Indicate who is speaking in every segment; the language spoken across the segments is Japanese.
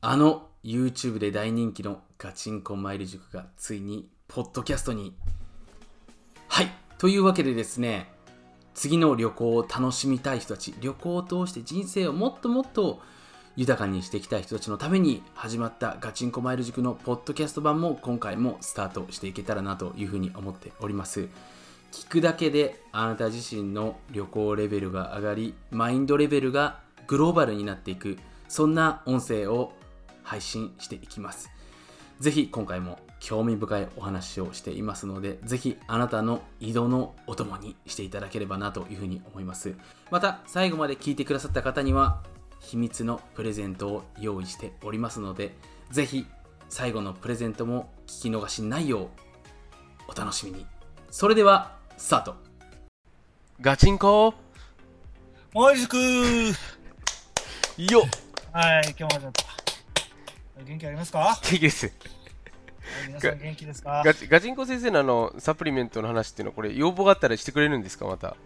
Speaker 1: あの YouTube で大人気のガチンコマイル塾がついにポッドキャストにはいというわけでですね次の旅行を楽しみたい人たち旅行を通して人生をもっともっと豊かにしていきたい人たちのために始まったガチンコマイル塾のポッドキャスト版も今回もスタートしていけたらなというふうに思っております聞くだけであなた自身の旅行レベルが上がりマインドレベルがグローバルになっていくそんな音声を配信していきますぜひ今回も興味深いお話をしていますので、ぜひあなたの移動のお供にしていただければなというふうに思います。また最後まで聞いてくださった方には、秘密のプレゼントを用意しておりますので、ぜひ最後のプレゼントも聞き逃しないようお楽しみに。それでは、スタート
Speaker 2: ガチンコ
Speaker 3: マイジク
Speaker 2: よっ
Speaker 3: はい、今日も始まった。元気ありますかはい
Speaker 2: いです
Speaker 3: 皆さん元気ですか
Speaker 2: ガチガチンコ先生のあのサプリメントの話っていうのはこれ要望があったらしてくれるんですかまた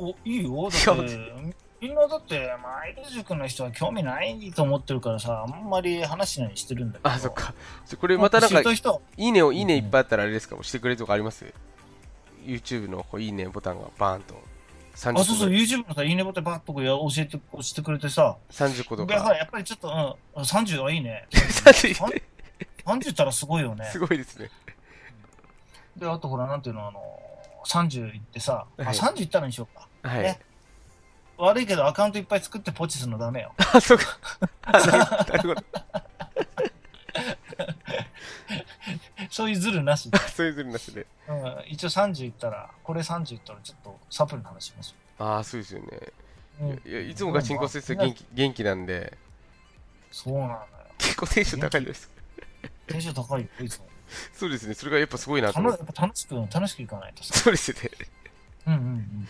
Speaker 3: お、いいよ。だって、みんなだって、マイル塾の人は興味ないと思ってるからさ、あんまり話しないようにしてるんだけど。
Speaker 2: あそっ。かちょこれまたなん
Speaker 3: 知った
Speaker 2: か
Speaker 3: 人はい
Speaker 2: いねをいいねいっぱいあったらあれですか押してくれるとかあります YouTube のこういいねボタンがバーンと30個
Speaker 3: あ、そうそう、YouTube のさ、いいねボタンバッとこうや教えて、教えてくれてさ。
Speaker 2: 30個と
Speaker 3: で、は
Speaker 2: か
Speaker 3: い、やっぱりちょっと、うん、30はいいね。
Speaker 2: 30
Speaker 3: 3030ったらすごいよね
Speaker 2: す。ごいですね
Speaker 3: で、あとほら、なんていうの、あの、30いってさ、あ、
Speaker 2: はい
Speaker 3: 30いったらにしようか。
Speaker 2: はい
Speaker 3: ね悪いけど、アカウントいっぱい作ってポチするのダメよ。
Speaker 2: あそっかあなるほど
Speaker 3: そういうズルなし。
Speaker 2: あそういうずるなしで
Speaker 3: うん、一応30いったら、これ30いったらちょっとサプリの話します
Speaker 2: ああそうですよね
Speaker 3: よ。
Speaker 2: いやいつもガチンコ先生元
Speaker 3: 気。
Speaker 2: 気元気なんで
Speaker 3: そうなんだよ。
Speaker 2: 結構テンション高いです
Speaker 3: テンション高いよ、いつも。
Speaker 2: そうですねそれがやっぱすごいなと
Speaker 3: 楽
Speaker 2: 思っ
Speaker 3: や
Speaker 2: て
Speaker 3: っぱ楽しく、楽しくいかないとさ。
Speaker 2: そうですね
Speaker 3: うんうんうん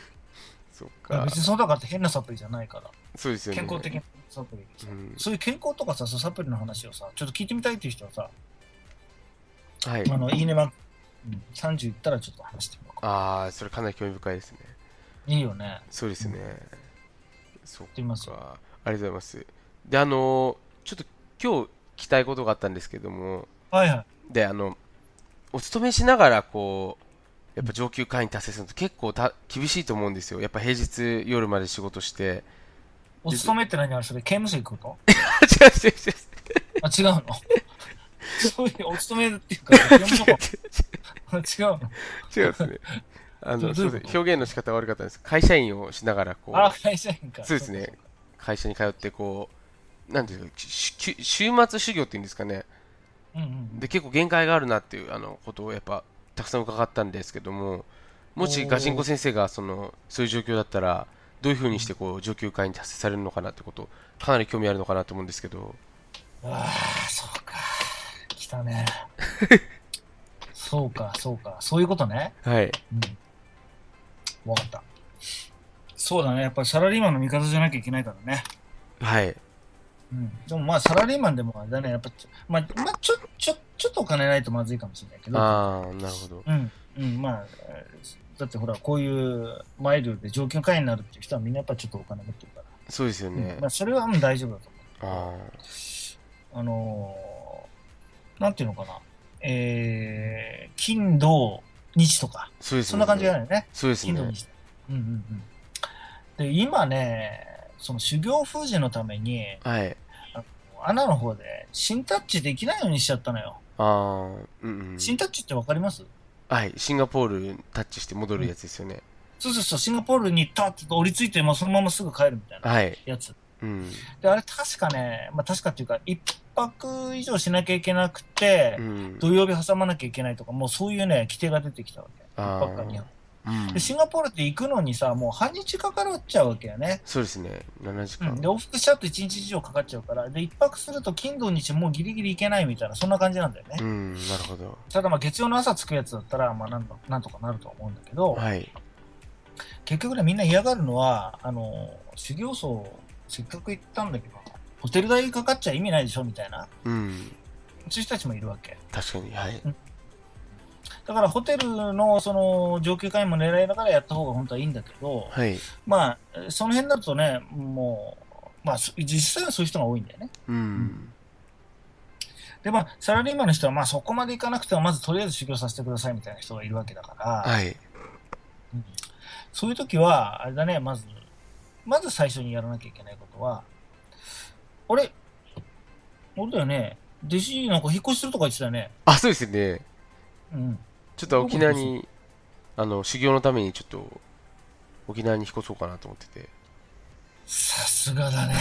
Speaker 2: そっ
Speaker 3: いや。
Speaker 2: か
Speaker 3: 別にそうだからって変なサプリじゃないから。
Speaker 2: そうですよね
Speaker 3: 健康的なサプリでさ
Speaker 2: うん
Speaker 3: そういう健康とかさ、そうサプリの話をさ、ちょっと聞いてみたいっていう人はさ、
Speaker 2: はい
Speaker 3: あの、いいねマン、うん、30いったらちょっと話してみようか。
Speaker 2: ああそれかなり興味深いですね
Speaker 3: いいよね。
Speaker 2: そうですねそっか
Speaker 3: ってみますよ。
Speaker 2: ありがとうございますであのちょっと今日聞きたいことがあったんですけども
Speaker 3: はいはい。
Speaker 2: であのお勤めしながらこうやっぱ上級会員達成するのって結構た厳しいと思うんですよやっぱ平日夜まで仕事して
Speaker 3: お勤めって何あれそれ刑務所行くこと
Speaker 2: 違う違う違う
Speaker 3: あ、違うの そういう、お勤めっていうか、刑務所か 違うの
Speaker 2: 違うですね。あ
Speaker 3: ど
Speaker 2: の、
Speaker 3: ういう
Speaker 2: すいません
Speaker 3: こと
Speaker 2: 表現の仕方悪かったんです。会社員をしながら、こ
Speaker 3: あ、
Speaker 2: う、
Speaker 3: 会社員 か。
Speaker 2: そうですね
Speaker 3: っか
Speaker 2: 会社に通って、こう、なんていうか、しし週末修行っていうんですかね。
Speaker 3: そっか。うん
Speaker 2: で、結構限界があるなっていう、あの、ことをやっぱ、たくさん伺ったんですけども、もし
Speaker 3: おー
Speaker 2: ガチンコ先生が、その、そういう状況だったら、どういうふうにして、こう、上級会員に達成されるのかなってこと、かなり興味あるのかなと思うんですけど、
Speaker 3: うん。ああ、そうか。来た ね。そうか、そうか。そういうことね。
Speaker 2: はい。
Speaker 3: うん。わかった。そうだね。やっぱりサラリーマンの味方じゃなきゃいけないからね。
Speaker 2: はい。
Speaker 3: うん。でもまあ、サラリーマンでもあれだね。やっぱちょ、まあ、まあ、ちょ、ちょ、ちょっとお金ないとまずいかもしれないけど。
Speaker 2: ああ、なるほど。
Speaker 3: うん、うん、まあ、えーだってほら、こういうマイルで上級会員になるっていう人はみんなやっぱちょっとお金持ってるから。
Speaker 2: そうですよね
Speaker 3: うんま。あ、それはうん大丈夫だと
Speaker 2: あ
Speaker 3: 思う。あのーなんていうのかな。えー、金、土、日とか。
Speaker 2: あ、そうです
Speaker 3: そ
Speaker 2: よね。
Speaker 3: んな感じじゃないよね。
Speaker 2: そうです
Speaker 3: 金、土、
Speaker 2: ね。
Speaker 3: 日。うんうんうん。で、今ね、その修行封じのために、
Speaker 2: はい。
Speaker 3: アナの方で、新タッチできないようにしちゃったのよ。
Speaker 2: ああ、うんうん。
Speaker 3: 新タッチってわかります
Speaker 2: はい、シンガポールタッチして戻るやつですよね。
Speaker 3: そうそうそう、シンガポールにタッチと降りついて、もうそのまますぐ帰るみたいな
Speaker 2: はい、
Speaker 3: やつ。
Speaker 2: うん、
Speaker 3: で、あれ確かね、まあ確かっていうか、一泊以上しなきゃいけなくて、
Speaker 2: うん、
Speaker 3: 土曜日挟まなきゃいけないとか、もうそういうね、規定が出てきたわけ。一
Speaker 2: あー
Speaker 3: 泊か二
Speaker 2: う
Speaker 3: 泊
Speaker 2: ん
Speaker 3: で、シンガポールって行くのにさ、もう半日かかるっちゃうわけよね。
Speaker 2: そうですね、7時
Speaker 3: うん、で、
Speaker 2: 間。
Speaker 3: 往復しちゃうと1日以上かかっちゃうから、で、一泊すると金土日もうギリギリ行けないみたいな、そんな感じなんだよね。
Speaker 2: うん、なるほど。
Speaker 3: ただまあ月曜の朝着くやつだったら、まあなんとなんとかなるとは思うんだけど、
Speaker 2: はい、
Speaker 3: 結局ね、みんな嫌がるのは、あの、修行僧、せっかく行ったんだけど、ホテル代かかっちゃ意味ないでしょみたいな、
Speaker 2: うん、
Speaker 3: そういう人たちもいるわけ。
Speaker 2: 確かに、はい。
Speaker 3: だからホテルのその上級会員も狙いながらやった方が本当はいいんだけど、
Speaker 2: はい、
Speaker 3: まあ、その辺だとね、もう、まあ、そ実際はそういう人が多いんだよね。
Speaker 2: うん。
Speaker 3: で、まあ、サラリーマンの人は、まあ、そこまでいかなくても、まずとりあえず修行させてくださいみたいな人がいるわけだから、
Speaker 2: はい。
Speaker 3: そういう時は、あれだね、まず、まず最初にやらなきゃいけないことは、あれ俺だよね、弟子なんか引っ越しするとか言ってたよね。
Speaker 2: あ、そうですね。
Speaker 3: うん。
Speaker 2: ちょっと沖縄に、あの、修行のためにちょっと、沖縄に引っ越そうかなと思ってて。
Speaker 3: さすがだね。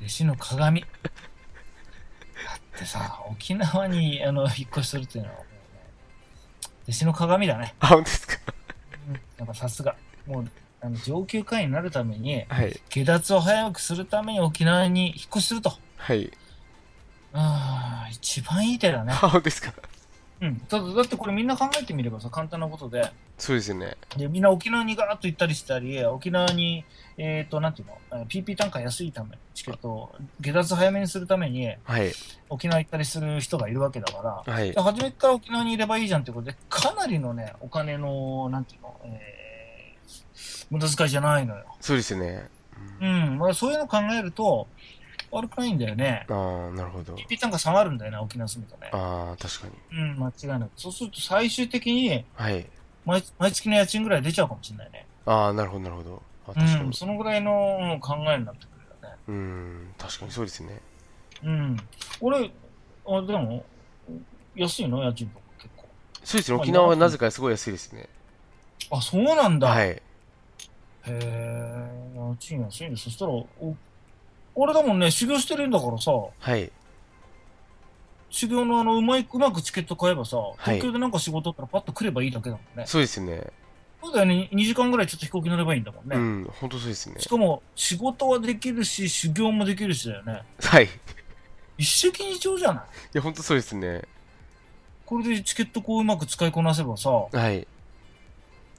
Speaker 3: 弟子の鏡。だってさ、沖縄にあの引っ越しするっていうのは、もうね、弟子の鏡だね。
Speaker 2: あ、本当ですか
Speaker 3: うんやっぱさすが。もう、あの上級会員になるために、
Speaker 2: はい。
Speaker 3: 下脱を早くするために沖縄に引っ越しすると。
Speaker 2: はい。
Speaker 3: ああ、一番いい手だね
Speaker 2: あ、。本当ですか
Speaker 3: うん。ただ、だってこれみんな考えてみればさ、簡単なことで、
Speaker 2: そうですよね。
Speaker 3: で、みんな沖縄にガーッと行ったりしたり、沖縄に、えっ、と、なんていうの、えー PP 単価安いため、チケットを、下脱早めにするために、
Speaker 2: はい。
Speaker 3: 沖縄行ったりする人がいるわけだから、
Speaker 2: はい
Speaker 3: で。初めから沖縄にいればいいじゃんってことで、かなりのね、お金の、なんていうの、えー、無駄遣いじゃないのよ。
Speaker 2: そうですよね。
Speaker 3: うん、まあ、そういうの考えると、悪くないんだよね。
Speaker 2: ああ、なるほど。
Speaker 3: PP 単価下がるんだよね、沖縄住むとね。
Speaker 2: ああ、確かに。
Speaker 3: うん、間違いない。そうすると最終的に、
Speaker 2: はい。
Speaker 3: 毎毎月の家賃ぐらい出ちゃうかもしれないね。
Speaker 2: ああ、なるほど、なるほど。あ、確か
Speaker 3: う
Speaker 2: に
Speaker 3: ん、。そのぐらいのうん考えになってくるよね。
Speaker 2: うん、確かにそうですね。
Speaker 3: うん。俺、あ、でも、安いの家賃とか結
Speaker 2: そうですね。沖縄はなぜかすごい安いですね。
Speaker 3: 構。あ、そうなんだ。
Speaker 2: は
Speaker 3: へ
Speaker 2: い。
Speaker 3: え、家賃安いんだ。そしたら、お俺だもんね、修行してるんだからさ、
Speaker 2: はい。
Speaker 3: 修行のあの、うまい、うまくチケット買えばさ、
Speaker 2: い
Speaker 3: 東京でなんか仕事あったらパッと来ればいいだけだもんね。
Speaker 2: そうですね。
Speaker 3: そうだよね、2時間ぐらいちょっと飛行機乗ればいいんだもんね。
Speaker 2: うん、本当そうですね
Speaker 3: し。かも、仕事はできるし、修行もできるしだよね。
Speaker 2: はい。い
Speaker 3: 一石二鳥じゃない
Speaker 2: や、本当そうですね。
Speaker 3: これでチケットこううまく使いこなせばさ、も
Speaker 2: はい。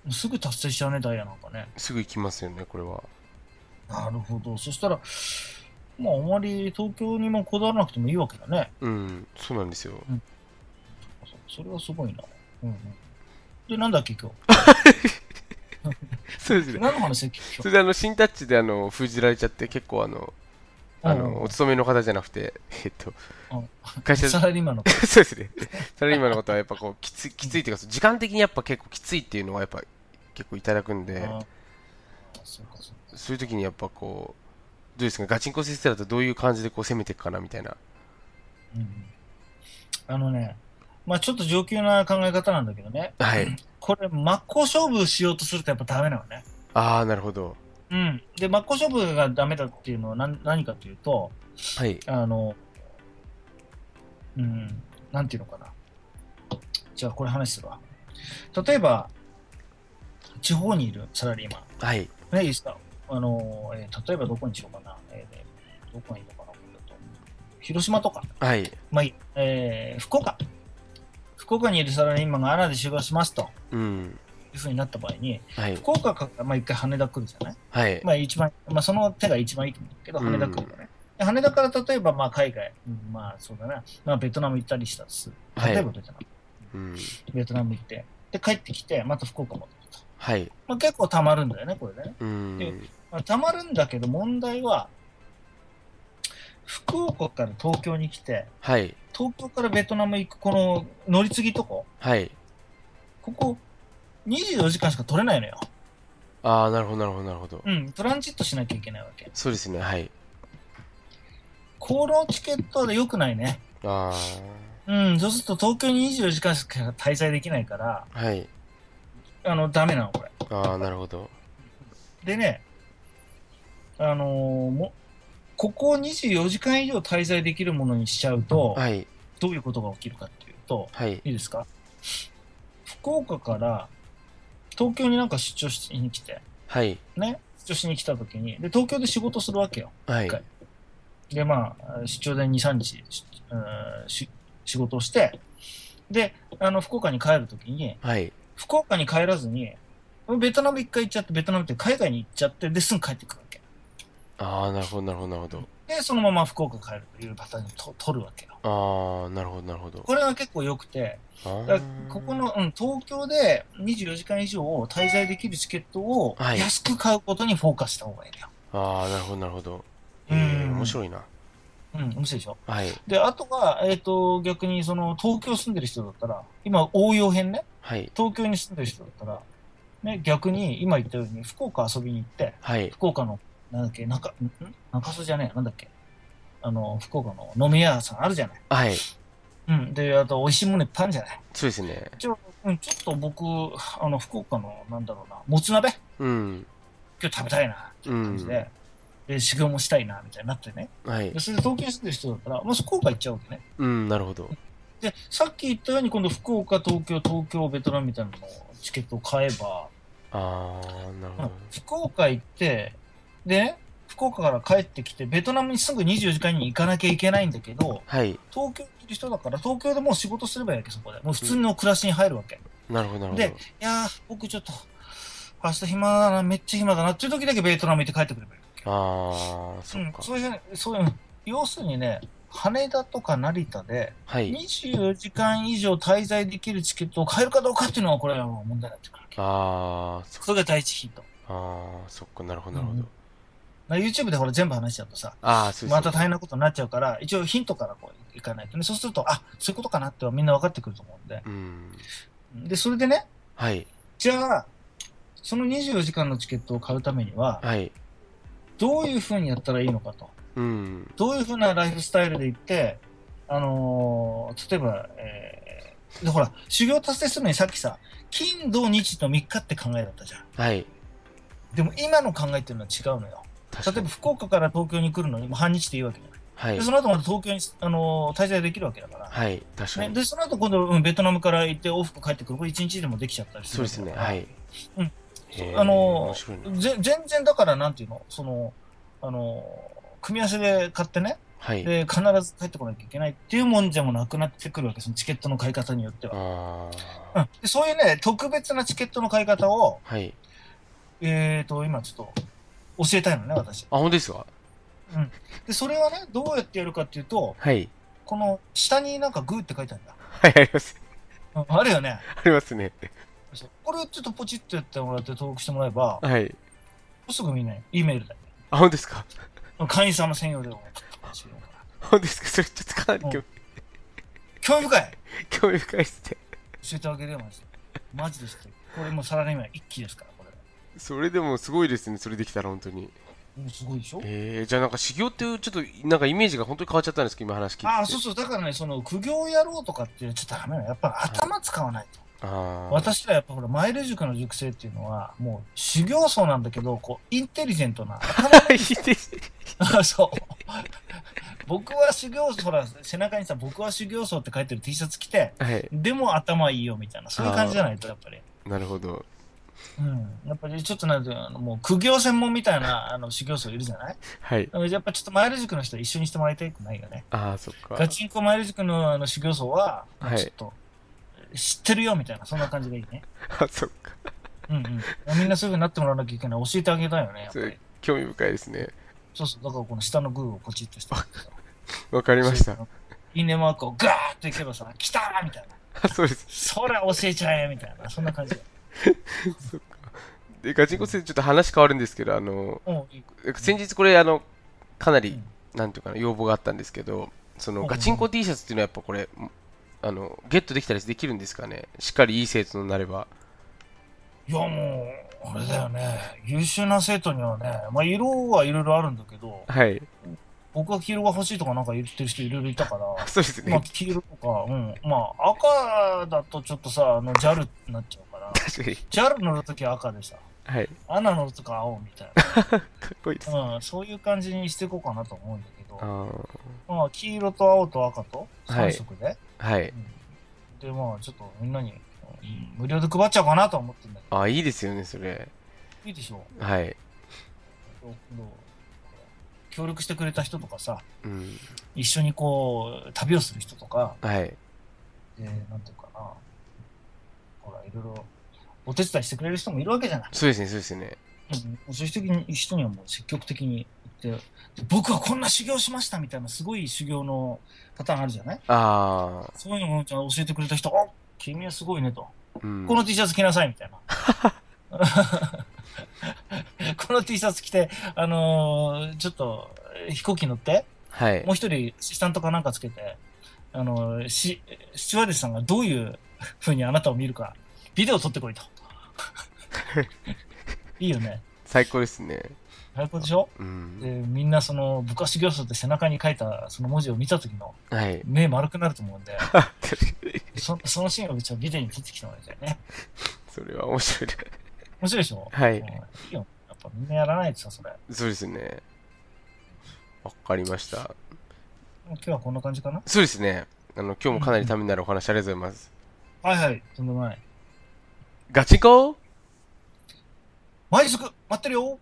Speaker 3: うすぐ達成しちゃうね、ダイヤなんかね。
Speaker 2: すぐ行きますよね、これは。
Speaker 3: なるほど。そしたら、まあ、あまり東京にもこだわらなくてもいいわけだね。
Speaker 2: うん、そうなんですよ。
Speaker 3: そそれはすごいな。うんうん。で、なんだっけ、今
Speaker 2: そうです
Speaker 3: 日。
Speaker 2: ね。
Speaker 3: 何の話だっけ、
Speaker 2: そ
Speaker 3: 今
Speaker 2: れであの、新タッチであの、封じられちゃって、結構あの、あ
Speaker 3: うん
Speaker 2: の、お勤めの方じゃなくて、えっと、 会
Speaker 3: 日。
Speaker 2: 社、
Speaker 3: サ
Speaker 2: そう
Speaker 3: ラリーマンの。
Speaker 2: ですね。サラリーマンの方はやっぱこう、きつい、きついっていうか、時間的にやっぱ結構きついっていうのはやっぱ結構いただくんで、
Speaker 3: ああそうかそうか
Speaker 2: そういう時にやっぱこう、どうですか、ガチンコ先生だとどういう感じでこう攻めていくかなみたいな。
Speaker 3: うんうん。あのね、まあちょっと上級な考え方なんだけどね、
Speaker 2: はい。
Speaker 3: これ、真っ向勝負しようとするとやっぱダメなのね。
Speaker 2: ああ、なるほど。
Speaker 3: うん。で、真っ向勝負がダメだっていうのは何何かというと、
Speaker 2: はい。
Speaker 3: あの、うん、なんていうのかな。じゃあ、これ話すわ。例えば、地方にいるサラリーマ
Speaker 2: はい。
Speaker 3: ン。ね、いいですかあの、えー例えばどこにしようかな。えーどこがいいのかなこれだと広島とか、
Speaker 2: はい。
Speaker 3: まあいい、えー福岡。福岡にいるサラリーマンがアナで修行しますと
Speaker 2: うん。
Speaker 3: いうふうになった場合に、
Speaker 2: はい。
Speaker 3: 福岡から、まあ、一回羽田来るじゃない
Speaker 2: はい。
Speaker 3: まあ一番、まあその手が一番いいと思うけど、
Speaker 2: うん
Speaker 3: 羽田空港ね。で羽田から例えばまあ海外、うんまあそうだな、まあベトナム行ったりしたっす。
Speaker 2: はい
Speaker 3: 例えばベトナム、
Speaker 2: うん。
Speaker 3: ベトナム行って、で帰ってきて、また福岡戻ってと。
Speaker 2: はい。
Speaker 3: まあ結構溜まるんだよね、これね。
Speaker 2: うん。
Speaker 3: まあ、溜まるんだけど問題は、福岡から東京に来て、
Speaker 2: はい。
Speaker 3: 東京からベトナム行くこの乗り継ぎとこ、
Speaker 2: はい。
Speaker 3: ここ24時間しか取れないのよ。
Speaker 2: ああ、なるほど、なるほど、なるほど。
Speaker 3: うん、トランジットしなきゃいけないわけ。
Speaker 2: そうですね、はい。
Speaker 3: このチケットで良くないね。
Speaker 2: あ
Speaker 3: うん、そうすると東京に24時間しか滞在できないから、
Speaker 2: あ、はい。
Speaker 3: あの、ダメなの、これ。
Speaker 2: ああ、なるほど。
Speaker 3: でね、あのーも、ここ24時間以上滞在できるものにしちゃうと、
Speaker 2: はい。
Speaker 3: どういうことが起きるかっていうと、
Speaker 2: はい。
Speaker 3: いいですか福岡から東京になんか出張しに来て、
Speaker 2: はい。
Speaker 3: ね、出張しに来た時に、で、東京で仕事するわけよ。
Speaker 2: はい。
Speaker 3: 一回で、まあ、出張で2、3日、しうんし仕事をして、で、あの、福岡に帰るときに、
Speaker 2: はい。
Speaker 3: 福岡に帰らずに、ベトナム一回行っちゃって、ベトナムって海外に行っちゃって、で、すぐ帰ってくるわけ。
Speaker 2: ああ、なるほど、なるほど、なるほど。
Speaker 3: で、そのまま福岡帰るというパターンをと取るわけよ。
Speaker 2: ああ、なるほど、なるほど。
Speaker 3: これは結構良くて、
Speaker 2: あー
Speaker 3: だからここの、うん、東京で24時間以上滞在できるチケットを
Speaker 2: はい
Speaker 3: 安く買うことにフォーカスした方がいいのよ。
Speaker 2: ああ、なるほど、なるほど。
Speaker 3: う
Speaker 2: え
Speaker 3: ん
Speaker 2: え面白いな。
Speaker 3: うん、面白いでしょ。
Speaker 2: はい。
Speaker 3: で、あとは、えっ、と、逆に、その、東京住んでる人だったら、今、応用編ね、
Speaker 2: はい。
Speaker 3: 東京に住んでる人だったら、ね、逆に、今言ったように、福岡遊びに行って、
Speaker 2: はい。
Speaker 3: 福岡の、なんだっけ、なんか、んん中洲じゃねえ、なんだっけ、あの、福岡の飲み屋さんあるじゃない。
Speaker 2: はい。
Speaker 3: うん、で、あと、美味しいものいっぱいあるじゃない。
Speaker 2: そうですね。
Speaker 3: 一応、うん、ちょっと僕、あの、福岡の、なんだろうな、もつ鍋
Speaker 2: うん。
Speaker 3: 今日食べたいな、っていう感じで、で、修行もしたいな、みたいになってね。
Speaker 2: はい
Speaker 3: で。それで東京に住んでる人だったら、もう福岡行っちゃうわけね。
Speaker 2: うん、なるほど。
Speaker 3: で、さっき言ったように、今度福岡、東京、東京、ベトナムみたいなのチケットを買えば、
Speaker 2: ああ、なるほど。
Speaker 3: 福岡行って、で、福岡から帰ってきて、ベトナムにすぐ24時間に行かなきゃいけないんだけど、
Speaker 2: はい。
Speaker 3: 東京にいる人だから、東京でもう仕事すればいいわけ、そこで。もう普通の暮らしに入るわけ。
Speaker 2: なるほど、なるほ
Speaker 3: で
Speaker 2: ど。
Speaker 3: いやー、僕ちょっと、明日暇だな、めっちゃ暇だなっていう時だけベトナム行って帰ってくればいいわけ。
Speaker 2: ああ、そっ
Speaker 3: うん、
Speaker 2: か。
Speaker 3: そういうふうに、そういう、要するにね、羽田とか成田で、
Speaker 2: はい。
Speaker 3: 24時間以上滞在できるチケットを買えるかどうかっていうのは、これはもう問題になってくるわけ。
Speaker 2: ああ、そっか。
Speaker 3: それが第一ヒント。
Speaker 2: ああ、そっか。なるほど、なるほ
Speaker 3: う
Speaker 2: ど
Speaker 3: ん。まあ YouTube でほら全部話しちゃうとさ、
Speaker 2: ああ、そうです
Speaker 3: また
Speaker 2: ね。
Speaker 3: 大変なことになっちゃうから、一応ヒントからこういかないとね、そうすると、あそういうことかなってみんな分かってくると思うんで。
Speaker 2: うん。
Speaker 3: で、それでね、
Speaker 2: はい。
Speaker 3: じゃあ、その24時間のチケットを買うためには、
Speaker 2: はい。
Speaker 3: どういうふうにやったらいいのかと。
Speaker 2: うん。
Speaker 3: どういうふうなライフスタイルで行って、あのー例えば、えーで、ほら、修行達成するのにさっきさ、金、土、日と3日って考えだったじゃん。
Speaker 2: はい。
Speaker 3: でも今の考えっていうのは違うのよ。例
Speaker 2: 確
Speaker 3: え
Speaker 2: か
Speaker 3: ば
Speaker 2: に。
Speaker 3: 福岡から東京に来るのにもう半日でいいわけじゃない。
Speaker 2: はい
Speaker 3: で、。その後また東京に、あのー滞在できるわけだから。
Speaker 2: はい。確か
Speaker 3: ね、
Speaker 2: に。
Speaker 3: で、その後今度、うん、ベトナムから行って往復帰ってくる。これ一日でもできちゃったりす
Speaker 2: そう
Speaker 3: る。
Speaker 2: ですね。は。い。
Speaker 3: うん
Speaker 2: へー
Speaker 3: あの
Speaker 2: 面白いな
Speaker 3: ーぜ全然だから、なんていうのその、あのー組み合わせで買ってね、
Speaker 2: はい。
Speaker 3: で、必ず帰ってこなきゃいけないっていうもんじゃもなくなってくるわけ。そのチケットの買い方によっては。
Speaker 2: あ
Speaker 3: う
Speaker 2: あ。
Speaker 3: ん、でそういうね、特別なチケットの買い方を、
Speaker 2: はい。
Speaker 3: えーと、今ちょっと教えたいのね、私。
Speaker 2: あ、本当ですか
Speaker 3: で、それはね、どうやってやるかっていうと、
Speaker 2: はい。
Speaker 3: この下になんかグーって書いてあるんだ。
Speaker 2: はい、あります。
Speaker 3: うんあるよね。
Speaker 2: ありますね。
Speaker 3: これをちょっとポチッとやってもらって登録してもらえば、
Speaker 2: はい。
Speaker 3: すぐみんな E メールで。
Speaker 2: あ、本当ですか
Speaker 3: 会員様専用でも送ってもらうから
Speaker 2: 本当ですかそれちょっとかなり興
Speaker 3: 興味深い
Speaker 2: 興味深いですね。
Speaker 3: 教えてあげればマジで。マジですって。これもうサラリーマン一気ですから、これ。
Speaker 2: それでもすごいですね。それできたら本当に。
Speaker 3: もうすごいでしょ
Speaker 2: えー、じゃあなんか修行っていう、ちょっとなんかイメージが本当に変わっちゃったんですけど、今話聞いてて。
Speaker 3: ああ、そうそう。だからね、その苦行やろうとかっていうちょっとダメなの。やっぱ頭使わないと。
Speaker 2: あー
Speaker 3: 私らやっぱほら、マイル塾の塾生っていうのは、もう修行僧なんだけど、こう、インテリジェント な頭の
Speaker 2: いいですね
Speaker 3: あそう。僕は修行僧、ほら、背中にさ、僕は修行僧って書いてる T シャツ着て、
Speaker 2: はい。
Speaker 3: でも頭いいよみたいな、そういう感じじゃないと、やっぱり。
Speaker 2: なるほど。
Speaker 3: うん。やっぱりちょっとなんていうのあの、もう苦行専門みたいなあの修行僧いるじゃない
Speaker 2: はい。
Speaker 3: なのでやっぱちょっとマイル塾の人は一緒にしてもらいたくないよね。
Speaker 2: ああ、そっか。
Speaker 3: ガチンコマイル塾のあの修行僧は、
Speaker 2: はい
Speaker 3: ちょっと、知ってるよみたいな、そんな感じがいいね。
Speaker 2: あ、そっか。
Speaker 3: うんうん。みんなそういう風になってもらわなきゃいけない。教えてあげたいよね、やっ
Speaker 2: そ
Speaker 3: ぱ
Speaker 2: れ
Speaker 3: り。
Speaker 2: 興味深いですね。
Speaker 3: そうそう。だからこの下のグーをポチッとして。
Speaker 2: わかりました。。
Speaker 3: いいねマークをガーッといけばさ、来たーみたいな。
Speaker 2: あ、 そうです。
Speaker 3: そら教えちゃえみたいな。そんな感じだ。
Speaker 2: で、ガチンコ先生、ちょっと話変わるんですけど、あの、
Speaker 3: もういい
Speaker 2: 先日これあのかな
Speaker 3: う
Speaker 2: り
Speaker 3: ん
Speaker 2: なんていうかな要望があったんですけどそ
Speaker 3: うん
Speaker 2: の
Speaker 3: うん
Speaker 2: ガチンコ T シャツっていうのはやっぱこれあのゲットできたりできるんですかねしっかりいい生徒になれば
Speaker 3: いやもう、あれだよね。優秀な生徒にはね、まあ色はいろいろあるんだけど、
Speaker 2: はい
Speaker 3: 僕は黄色が欲しいとかなんか言ってる人いろいろいたから、
Speaker 2: そうです
Speaker 3: まあ
Speaker 2: ね
Speaker 3: 黄色とか、うん。まあ赤だとちょっとさ、あの JAL になっちゃうから、
Speaker 2: 確かに
Speaker 3: JAL 乗るときは赤でさ、
Speaker 2: はい
Speaker 3: アナ乗るときは青みたい
Speaker 2: かっこいいですあ
Speaker 3: な。うん、そういう感じにしていこうかなと思うんだけど、
Speaker 2: ー
Speaker 3: まあ黄色と青と赤と
Speaker 2: は
Speaker 3: 3
Speaker 2: い
Speaker 3: 色で、
Speaker 2: はい
Speaker 3: で、まあ、ちょっとみんなに、うん無料で配っちゃおうかなとは思ってんだけ
Speaker 2: あいいですよねそれ
Speaker 3: ど、いいでしょ
Speaker 2: はい
Speaker 3: どうどう協力してくれた人とかさ、
Speaker 2: うん
Speaker 3: 一緒にこう、旅をする人とか、
Speaker 2: はい
Speaker 3: で、なんていうかな、ほら、いろいろ、お手伝いしてくれる人もいるわけじゃない。
Speaker 2: そうですねそうですね
Speaker 3: うん、そういう人に人にはもう積極的に言って、で僕はこんな修行しましたみたいな、すごい修行のパターンあるじゃない
Speaker 2: ああ
Speaker 3: そういうのを教えてくれた人、あ君はすごいねと。
Speaker 2: うん
Speaker 3: この T シャツ着なさいみたいな。この T シャツ着て、あのーちょっと飛行機乗って、
Speaker 2: はい
Speaker 3: もう一人、アシスタントかなんかつけて、あの、し、スチュワーデスさんがどういう風にあなたを見るか、ビデオ撮ってこ いと。いいよね。
Speaker 2: 最高ですね
Speaker 3: 最高でしょ
Speaker 2: うん
Speaker 3: で、みんなその、部活行走って背中に書いたその文字を見た時の
Speaker 2: はい
Speaker 3: 目丸くなると思うんで、そそのシーンをうちはビデオに撮ってきてもらいたいね。
Speaker 2: それは面白い
Speaker 3: 面白いでしょ
Speaker 2: はい
Speaker 3: うんいいよ。やっぱみんなやらないとさ、それ。も
Speaker 2: そうですねわかりました
Speaker 3: う今日はこんな感じかな
Speaker 2: そうですねあの今日もかなりためになるお話ありがとうございます
Speaker 3: はいはい、とんでもない。
Speaker 2: ガチンコ
Speaker 3: マイスク待ってるよ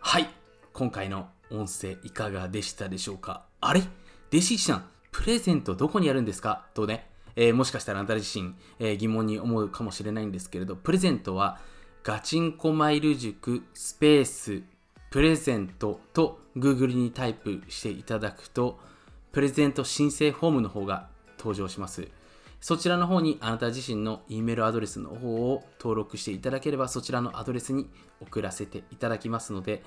Speaker 1: はい今回の音声いかがでしたでしょうかあれ弟子一さんプレゼントどこにあるんですかとね、えーもしかしたらあなた自身、えー疑問に思うかもしれないんですけれどプレゼントはガチンコマイル塾スペースプレゼントと Google にタイプしていただくとプレゼント申請フォームの方が登場しますそちらの方にあなた自身の E メールアドレスの方を登録していただければそちらのアドレスに送らせていただきますので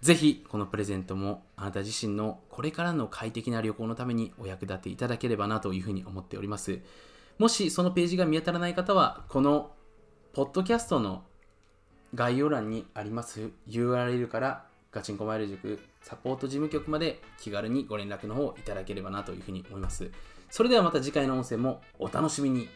Speaker 1: ぜひこのプレゼントもあなた自身のこれからの快適な旅行のためにお役立ていただければなというふうに思っておりますもしそのページが見当たらない方はこのポッドキャストの概要欄にあります URL からガチンコマイル塾サポート事務局まで気軽にご連絡の方をいただければなというふうに思いますそれではまた次回の音声もお楽しみに